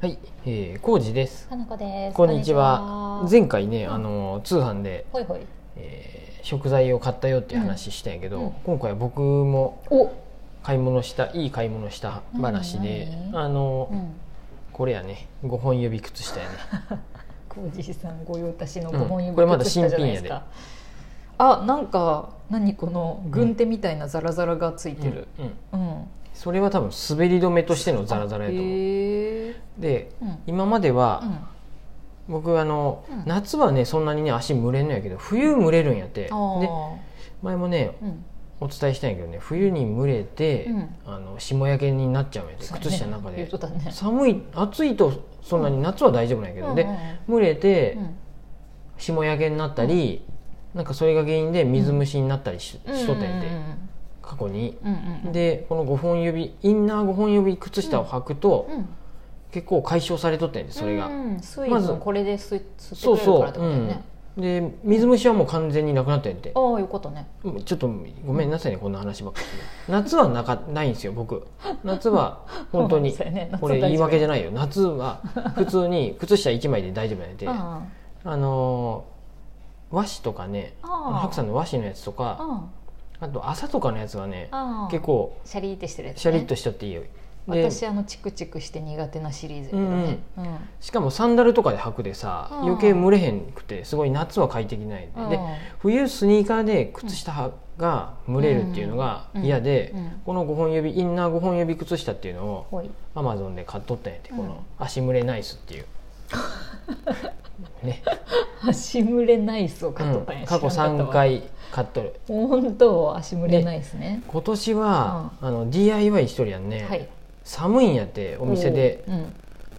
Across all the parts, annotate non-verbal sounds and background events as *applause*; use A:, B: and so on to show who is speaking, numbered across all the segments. A: はい、えー、康二です。
B: かなこです。
A: こんにちは。
B: 全
A: 前回ね、
B: うん
A: あの通販で、
B: ほいほい。
A: えー食材を買ったよっていう話したんやけど、
B: うんうん
A: 今回僕も
B: お、
A: 買い物したいい買い物した話で
B: 何、何
A: あの、
B: うん。
A: これやね、五本指靴下やね。
B: コージーさんご用達の
A: うん
B: 五本指
A: これまだ
B: 靴下じゃないです
A: 新品や
B: か。あ、なんか何この軍手みたいなザラザラがついてる。
A: うん、うん
B: うん。
A: それは多分滑り止めとしてのザラザラやと思う。
B: へえ。
A: で、
B: うん。
A: 今まで
B: う
A: は、
B: ん
A: 僕あの、
B: うん
A: 夏はねそんなにね足蒸れんのやけど、冬蒸れるんやって。で
B: あー
A: 前もね
B: うん。
A: お伝えしたんやけどね冬に蒸れて、
B: うん
A: あの霜焼けになっちゃうんやて
B: そうね
A: 靴下の中
B: 言
A: で、
B: うとったね。
A: 寒い暑いとそんなに夏は大丈夫なんやけど、で蒸れて、
B: うんうん
A: 霜焼けになったり、なんかそれが原因で水虫になったりし,、
B: うん
A: しとったんやて、
B: うん
A: 過去に。
B: うんうんうん。
A: でこの5本指インナー5本指靴下を履くと、
B: うん、
A: 結構解消されとったんやてそれが、
B: うん、水
A: まず
B: 分これで吸い吸って
A: そう
B: くれる
A: そ
B: からって
A: う、
B: ことだよね。
A: うん、で水虫はもう完全になくなったんやて
B: ああ、よかったね。
A: うんちょっとごめんなさいねこんな話ばっかりして夏はなかないんですよ僕夏は本
B: *laughs*
A: 当に
B: そうやね夏
A: これ言い訳じ
B: 大
A: ゃないよ夏
B: *laughs*
A: は普通に靴下1枚で大丈夫なんで
B: 丈夫
A: あ
B: うん
A: のー和紙とかね
B: あー
A: あの白さんの和紙のやつとか
B: うん
A: あと朝とかのやつはね
B: あー
A: 結構
B: シャリーってしてるやつ、ね、
A: シャリッとしとっていいよで
B: 私あのチクチクして苦手なシリーズやけどね、うん
A: しかもサンダルとかで履くでさ
B: うん
A: 余計蒸れへんくてすごい夏は快適ない
B: うん
A: で冬スニーカーで靴下が蒸れるっていうのが嫌で
B: うんうん
A: この5本指インナー5本指靴下っていうのを
B: ほい
A: アマゾンで買っとったんやてこ
B: うん
A: の足蒸れナイス
B: *laughs*
A: っていうね
B: 足蒸れナイスを買っとったん
A: う
B: や、
A: ん過去
B: 知らん
A: 3
B: かったわ
A: 回買っとる
B: 本当足蒸れナイスね
A: 今年はあの DIY 一人やんね、
B: はい
A: 寒いんやってお店で
B: うんうん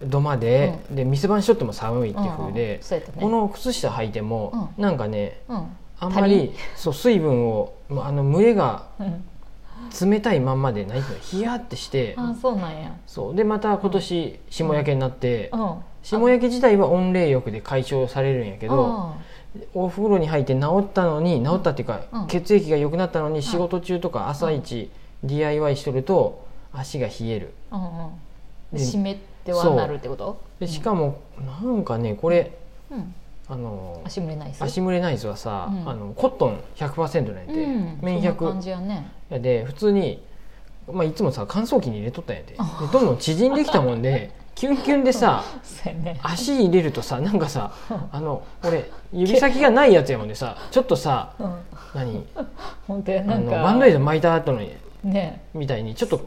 A: 土間で、で店番しとっても寒いっていう風
B: うん
A: で、
B: そうやったね
A: この靴下履いても、なんかね
B: うん
A: あんまりそう水分をまああの蒸れが
B: うん
A: 冷たいまんまでないのヒヤってして
B: あそうなんや
A: そうでまた今年霜焼けになって、
B: うん
A: 霜焼け自体は温冷浴で解消されるんやけど、お風呂に入って治ったのに治ったっていうか、
B: うん
A: 血液が良くなったのに仕事中とか朝一 DIY しとると足が冷える
B: うんうんうんで
A: で
B: 湿ってはなるってこと
A: でしかもなんかねこれ
B: うん
A: あの
B: 足蒸れナイス
A: 足蒸れナイズはさ、
B: うん
A: あのコットン100%なんやて、
B: うん
A: 綿
B: そんな感
A: 100
B: じやね
A: やで普通に、まあ、いつもさ乾燥機に入れとったんやてでどんどん縮んできたもん
B: *laughs*
A: でキュンキュンでさ
B: そうやね
A: 足入れるとさなんか
B: *laughs*
A: さあの俺指先がないやつやもんでさちょっとさ
B: うん
A: 何
B: 本当や
A: あ
B: なん
A: の
B: か
A: バンドエイド巻いた後の
B: ね
A: みたいにちょっと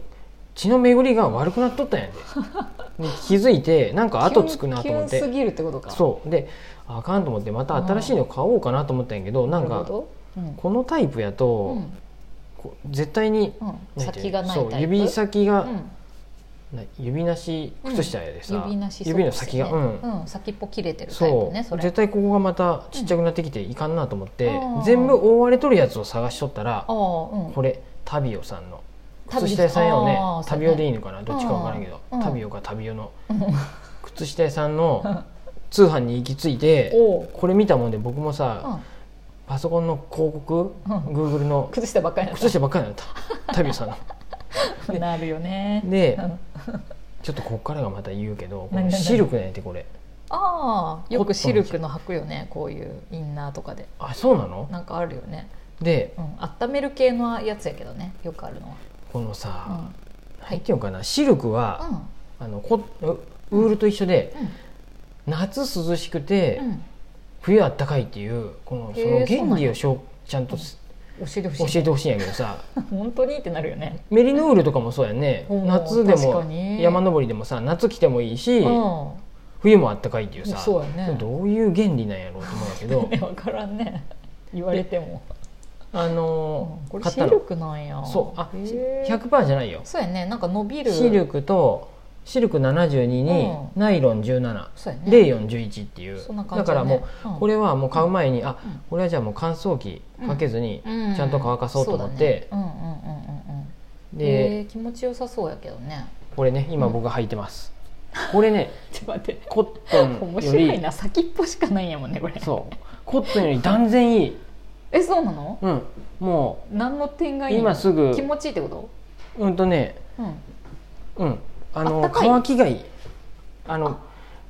A: 血の巡りが悪くなっとったんや
B: *laughs*
A: でで気づいてなんか後つくなと思っ
B: キュンキュンす
A: て
B: ぎるってことか
A: そうであかんと思ってまた新しいの買おうかなと思ったんやけどなん
B: なる
A: か
B: ほどうん
A: このタイプや
B: う
A: と
B: ん
A: こう絶対に
B: うん
A: なんていう
B: 先がない
A: そ
B: タ
A: う
B: イプ
A: 指先
B: う
A: が
B: ん
A: な指なし靴下やでさ
B: 指なし
A: 指の先が
B: そう
A: う
B: です
A: ん
B: ねうん先っぽ切れてるタイプ
A: そ
B: ねそうれ
A: 絶対ここがまたちっちゃくなってきていかんなと思って、
B: うん
A: 全部覆われとるやつを探しとったら、
B: ああうん
A: これタビオさんの
B: タビ
A: 靴下屋さんよね
B: あー
A: タビオでいいのかなどっちかわからんけど、
B: うん
A: タビオかタビオの
B: うん
A: 靴下屋さんの通販に行き着いて
B: おう
A: これ見たもんで僕もさ、
B: うん
A: パソコンの広告、
B: うん
A: Google の
B: 崩したばっかり
A: 靴下ばっかりなんだったタビオさんの。
B: な *laughs* なるよね
A: で
B: うん
A: ちょっとこっからがまた言うけどこ
B: 何
A: の
B: 何何
A: シルクなんやってこれ
B: ああよくシルクの履くよねこういうインナーとかで
A: あそうなの
B: なんかあるよね
A: で
B: うん温める系のやつやけどねよくあるのは
A: この
B: う
A: さ、
B: ん
A: なんていうのかなシルクは、
B: うん
A: あのこウールと一緒で、
B: うん
A: 夏涼しくて、
B: うん
A: 冬あったかいっていうこの
B: へ
A: その
B: ー
A: 原理をしょちゃんとす
B: 教えて
A: 教
B: ほしい
A: えてほしいんやけどさ
B: 本当にってなるよね
A: メリノールとかもそうや
B: *laughs*
A: ね
B: うん
A: 夏で
B: 確
A: も
B: かに
A: 山登りでもさ夏来てもいいし、
B: うん *laughs*
A: 冬もあったかいっていうさ
B: そうやね
A: どういう原理なんやろうと思うんやけ
B: *laughs*
A: ど
B: ね分からんね言われても
A: あ
B: う
A: の
B: ん
A: ー
B: これ
A: 買っ
B: シ
A: た
B: ル
A: の
B: クなんや
A: そうあ
B: へー
A: 100%じゃないよ
B: そうやねなんか伸びる
A: シルクとシルク72に
B: うん
A: ナイロン17、
B: そうやね
A: レイヨン11っていう
B: そんな感
A: だ
B: じ
A: か
B: だ
A: ら
B: ね
A: もう、
B: うん
A: これはもう買う前にあ
B: うん
A: これはじゃあもう乾燥機かけずにち
B: う
A: ゃんと乾かそうと思って、
B: そうだねうんうんうんうんうん
A: で、
B: えー気持ちよさそうやけどね
A: これね今僕が履いてます、これね
B: ちょっと待って
A: コットン
B: 面
A: よ
B: 白い
A: り
B: な先っぽしかないんやもんねこれ
A: そうコットンより断然いい、
B: えそうなの
A: うん、も
B: 何の点が
A: う
B: いいの
A: 今すぐ
B: 気持ちいいってこと
A: うんとね
B: うん
A: うんあ
B: あ
A: の
B: ったかい
A: 乾きがいいあの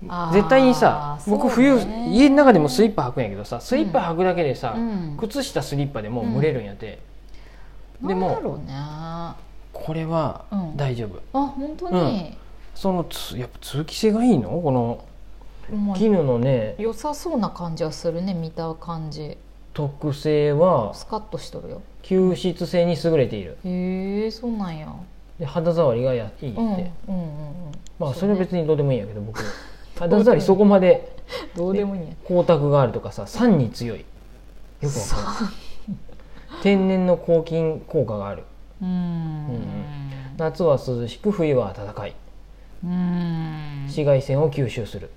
B: あー
A: 絶対にさ僕冬、
B: そうね
A: 家の中でもスリッパ履くんやけどさスリッパ履くだけでさ、
B: うん
A: 靴下スリッパでもう蒸れるんやって、で
B: なんだ
A: も
B: ろうねあ
A: これは
B: うん
A: 大丈夫、
B: 本当に、
A: そのつやっぱ通気性がいいのこの
B: もう
A: 絹のね
B: 良さそうな感じはするね見た感じ
A: 特性は
B: スカッとしとるよ
A: 吸湿性に優れている
B: へえそうなんや
A: で肌触りがやいいって、
B: うんうんうんうん
A: まあそれは別にどうでもいいんやけど
B: *laughs*
A: 僕
B: どうでも
A: 肌
B: いい
A: 触りそこまで
B: どうでもいいね
A: 光沢があるとかさ酸に強いよくわかんない天然の抗菌効果がある
B: うーん
A: うん夏は涼しく冬は暖かいう
B: ーん
A: 紫外線を吸収する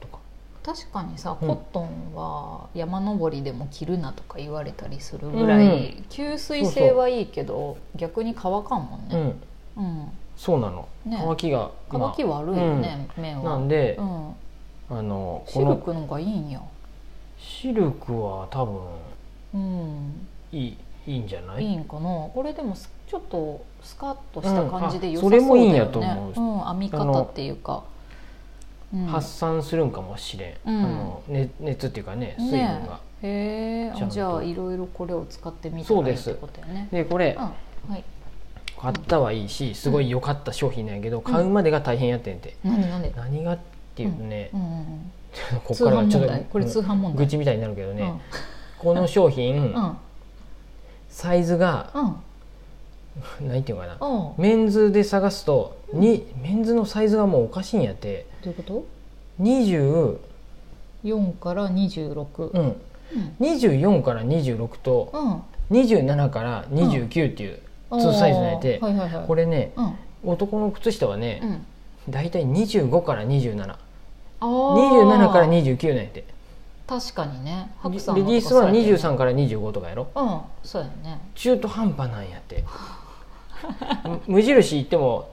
A: とか
B: 確かにさ
A: うん
B: コットンは山登りでも着るなとか言われたりするぐらい、
A: うん
B: 吸水性はいいけど逆に乾かんもん
A: う
B: ね、
A: ん
B: うん
A: そうなの、
B: ね
A: 乾きがまあ
B: 乾き悪いよね、面
A: な
B: は
A: んで
B: う、ん、
A: あの
B: シ
A: こ
B: ル
A: の
B: クのがいいんや
A: シルクは多分
B: うん
A: いいいいんじゃない
B: いいんかなこれでもすちょっとスカッとした感じで良さ
A: う
B: そ
A: んあそれ
B: うだよね、、
A: もいいんやと思うん
B: 編み方っていうか、うん、
A: 発散するんかもしれん、
B: うん
A: あのね、熱っていうかね水分
B: ね
A: が、
B: えへえ
A: ちゃん
B: あ
A: と
B: じゃあいろいろこれを使ってみた
A: そう
B: らいい
A: で
B: っ
A: す
B: てことよね
A: でこれ
B: うんはい
A: 買ったはいいしすごい良かった商品なんやけど、買うまでが大変やってんて、
B: 何何
A: 何がっていうとね、
B: うんうんうん
A: ち *laughs* ょっとこ
B: 通
A: こから
B: 販
A: はちょ
B: 問
A: っと
B: 題これ通販問題
A: 愚痴みたいになるけどね、
B: うん
A: この商品、
B: うん
A: サイズが
B: うん
A: 何ていうかな、
B: うん
A: メンズで探すと、にメンズのサイズがもうおかしいんやって
B: どういうこと
A: 20、
B: 4から26
A: う
B: うん
A: ん、24から26と
B: うん
A: 27から29っていう、
B: おー
A: ツーサイズのやつで
B: はいはいはい
A: これね
B: うん
A: 男の靴下は
B: う
A: ね、
B: ん
A: だい大体25から2727
B: あ
A: から
B: ー
A: 29なんやて
B: 確かにね
A: レ
B: 白
A: デ
B: さ
A: ィースは
B: んのとかそうやね
A: 23から25とかやろ
B: うんそうやね
A: 中途半端なんやってむ無印行っても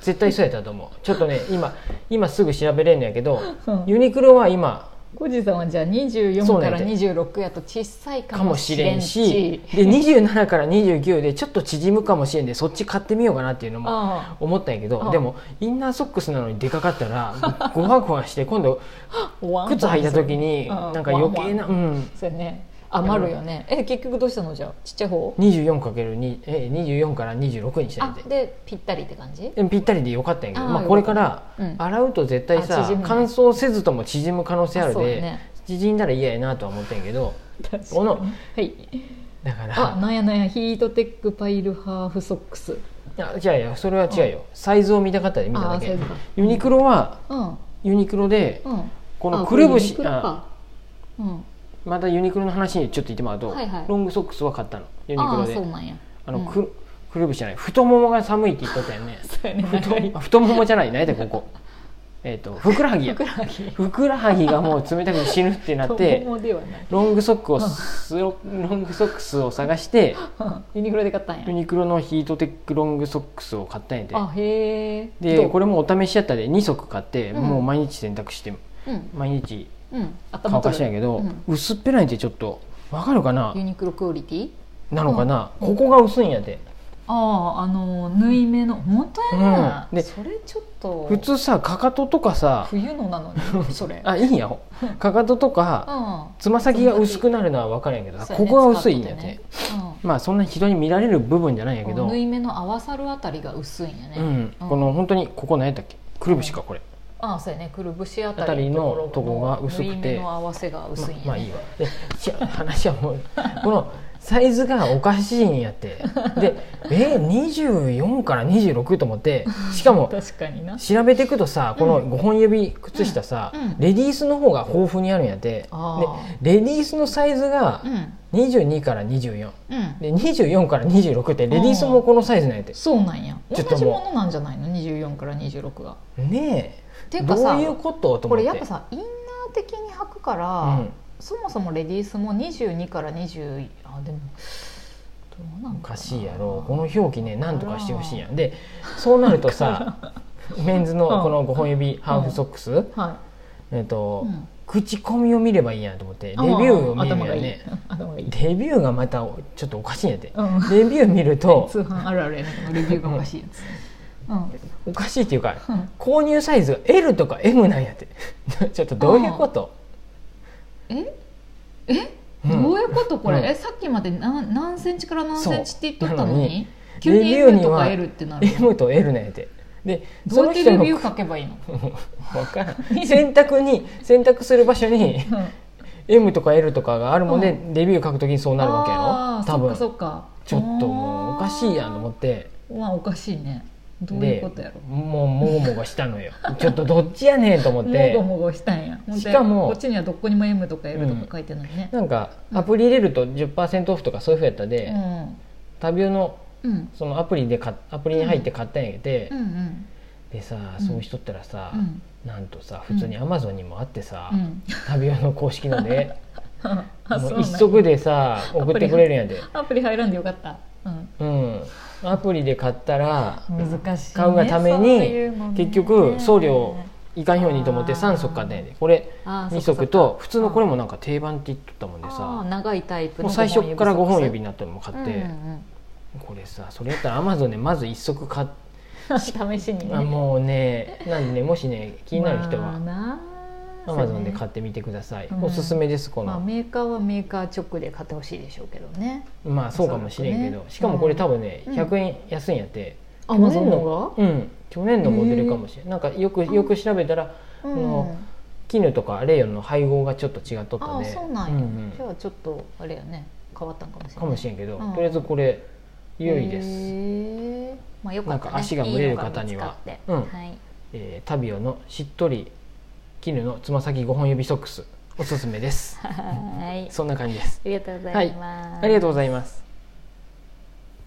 A: 絶対そうやったと思うちょっとね今今すぐ調べれんのやけどユニクロは今
B: コジさんはじゃあ
A: そう
B: 24
A: な
B: か
A: んや
B: ら
A: て
B: 26やと小さい
A: か
B: か
A: も
B: も
A: し
B: し
A: れ
B: れ
A: ん
B: ん
A: し
B: し
A: で27から29でちょっと縮むかもしれんでそっち買ってみようかなっていうのも
B: あ
A: 思ったんやけ
B: う
A: ど
B: ん
A: でもインナーソックスなのに出かかったら *laughs* ごわごわして今度
B: あワン
A: 靴履いた時に
B: うん
A: なんか余計なうん
B: そうやね余るよねえ結局どうしたのじゃあちっちゃい方
A: 24×2 え24から26にしたん
B: あ
A: で
B: でぴったりって感じ
A: でもぴったりでよかったんやけど
B: あー
A: まあ、
B: よかった
A: これから
B: うん
A: 洗うと絶対
B: あ
A: さ、
B: 縮むね
A: 乾燥せずとも縮む可能性ある
B: あそう
A: で
B: やね
A: 縮んだら嫌やなとは思ったんやけどこの
B: はい
A: だか
B: あ
A: ら
B: なんやなんやヒートテックパイルハーフソックス
A: いやいやそれは違うよサイズを見たかったで見ただ
B: あーサ
A: け
B: イズか
A: ユニクロは
B: うん
A: ユニクロで
B: うん
A: この
B: あ
A: くるぶ
B: ユニ
A: し
B: クロ
A: あ
B: かうん
A: またユニクロの話にちょっと言ってもらうと、
B: はいはい
A: ロングソックスは買ったのユニク
B: あ
A: ロ
B: あ
A: で
B: そうなんや
A: あの
B: うん
A: くくるぶしじゃない太ももが寒いって言っとったよね
B: そうやね
A: 太
B: 長い
A: も *laughs* 太ももじゃない何だここえっとふくらはぎや
B: ふくらはぎ
A: ふくらはぎがもう冷たくて死ぬってなって
B: 太ももではない
A: ロングソックをすロングソックスを探して
B: うん *laughs* ユニクロで買ったんや
A: ユニクロのヒートテックロングソックスを買ったんやて
B: あへえ
A: でこれもお試しやったで2足買って、
B: うん
A: もう毎日洗濯して
B: うん
A: 毎日
B: うん
A: 乾
B: 頭
A: か
B: 取
A: し
B: る
A: たんやけど、
B: うん
A: 薄っぺらいんでちょっとわかるかな
B: ユニクロクオリティ
A: なのかな、ここが薄いんやで
B: あああの縫い目の本当やね、
A: うんで
B: それちょっと
A: 普通さかかととかさ
B: 冬のなの
A: *laughs*
B: にそれ
A: あいいんやかかとと
B: う
A: か
B: ん
A: つま先が薄くなるのはわかるんやけど
B: そうや
A: こ
B: ね
A: こが薄いんやで、
B: 使って
A: まあそんな人に見られる部分じゃないんや
B: て
A: け
B: ね
A: ど
B: うん、縫い目の合わさるあたりが薄いんやね、
A: うん、この本当にここ何やったっけくるぶしかこれ、
B: ああそうやねくるぶしあ
A: あた
B: た
A: り
B: り
A: の
B: の
A: と
B: と
A: こ
B: こ
A: が
B: ろ
A: 薄くて
B: 縫い目の合わせが薄いんや、ね
A: まあいいわでし話はもうこのサイズがおかしいんやって
B: *laughs*
A: でえ24から26と思ってしかも
B: 確かにな
A: 調べていくとさこの5本指靴下さ、
B: うんうん
A: レディースの方が豊富にあるんやって
B: あ
A: でレディースのサイズが
B: うん
A: 22から24
B: うん
A: で24から26ってレディースもこのサイズなんやって
B: そうなんや
A: ちょ
B: 同
A: っともう
B: じものなんじゃないの24から26が
A: ね
B: って
A: え
B: いう
A: ど
B: かさ
A: ういうことと思
B: こ
A: って
B: れやっぱさインナー的に履くから、
A: うん
B: そもそもレディースも22から20あでもどうなん
A: お
B: か
A: か
B: な
A: しいやろこの表記ねなんとかしてほしいやんでそうなると
B: *laughs*
A: さメンズのこの5本指ハーフソックス、
B: は
A: えっ
B: い、
A: と
B: うん
A: 口コミを見ればいいやんと思ってレビューを見る
B: 頭
A: よ
B: がいい *laughs*
A: ね
B: 頭がいい、
A: レビューがまたちょっとおかしいんやって
B: うん、
A: レビュー見ると
B: 通販あるあるやねこのレビューがおかしいやつ
A: おかしいって *laughs* いうか
B: うん
A: 購入サイズが L とか M なんやって *laughs* ちょっとどういうこと、
B: ええ
A: うん
B: どういうことこれ、
A: うん
B: えさっきまで何何センチから何センチって言っとったの
A: そうなの
B: に
A: に
B: 急に
A: レビュー
B: M
A: に
B: と
A: は
B: か L ってなる
A: M と L なんやってで
B: どうやってレビュー
A: そ
B: 書けばいいの、
A: の人のわからん選択に選択する場所に M とか L とかがあるもんで、
B: う
A: レビュー書くときにそうなるわけや
B: あ
A: ろ
B: ー
A: 多分
B: そっか
A: ち
B: そっか
A: ょっともうおかしいやんと思って
B: うわおかしいねどういうことやろ
A: もうもごもごしたのよちょっとどっちやねんと思って
B: もごもごしたんやほんで
A: しかも
B: こっちにはどこにも M とか L とか書いてないね、
A: なんかアプリ入れると10%オフとかそういうふうやった
B: う
A: で、
B: ん
A: 旅用の
B: うん
A: そのアプリでかアプリに入って買ったんやけて、
B: うんうん
A: でさ
B: うん
A: そうしとったらさ、
B: うん
A: なんとさ普通にアマゾンにもあってさ、
B: うん
A: 旅用の公式ので
B: *laughs* あ
A: も
B: そうう
A: 一
B: なんや
A: 足でさ送ってくれるんやで
B: アプリ入らんでよかった、う
A: う
B: ん、
A: んアプリで買ったら
B: 難しい、ね、
A: 買うがために結局送料いかんようにと思って
B: あー
A: 3足買ったんやでこれ2
B: 2
A: 足と普通のこれもなんか定番って言っとったもんでさ
B: 長いタイプ
A: も
B: の
A: う最初から5本指に
B: に
A: なったのも買って、これさそれやったらアマゾンでまず1足買っ
B: 試しに
A: あもうねなんでねもしね気になる人はアマゾンで買
B: っ
A: ってみてください、
B: うん
A: おすすめですこ
B: まあ、
A: の、
B: メーカーはメーカー直で買ってほしいでしょうけどね
A: まあそうかもしれんけど、
B: そうだね
A: しかもこれ多分ね、
B: うん
A: 100円安いんやって
B: ア
A: 去
B: マゾ
A: 年
B: ン
A: の
B: の
A: うん去年のモデルかもしれない、なんかよくよく調べたら
B: が、
A: の絹とかレイヨンの配合がちょっと違っとった
B: ああ
A: ね
B: そうなんや、
A: うん
B: じゃあちょっとあれやね変わったんかもし
A: うん
B: れない
A: かもしれんけど、
B: うん
A: とりあえずこれ有利で
B: へ
A: す、
B: ーまあよかった
A: な
B: ね
A: んか足が蒸れる方にはい
B: い
A: うん
B: のが見つかってはい *laughs*
A: えータビオのしっとり絹のつま先5本指ソックスおすすめです
B: はい
A: そんな感じです
B: ありがとうございます、
A: ありがとうございます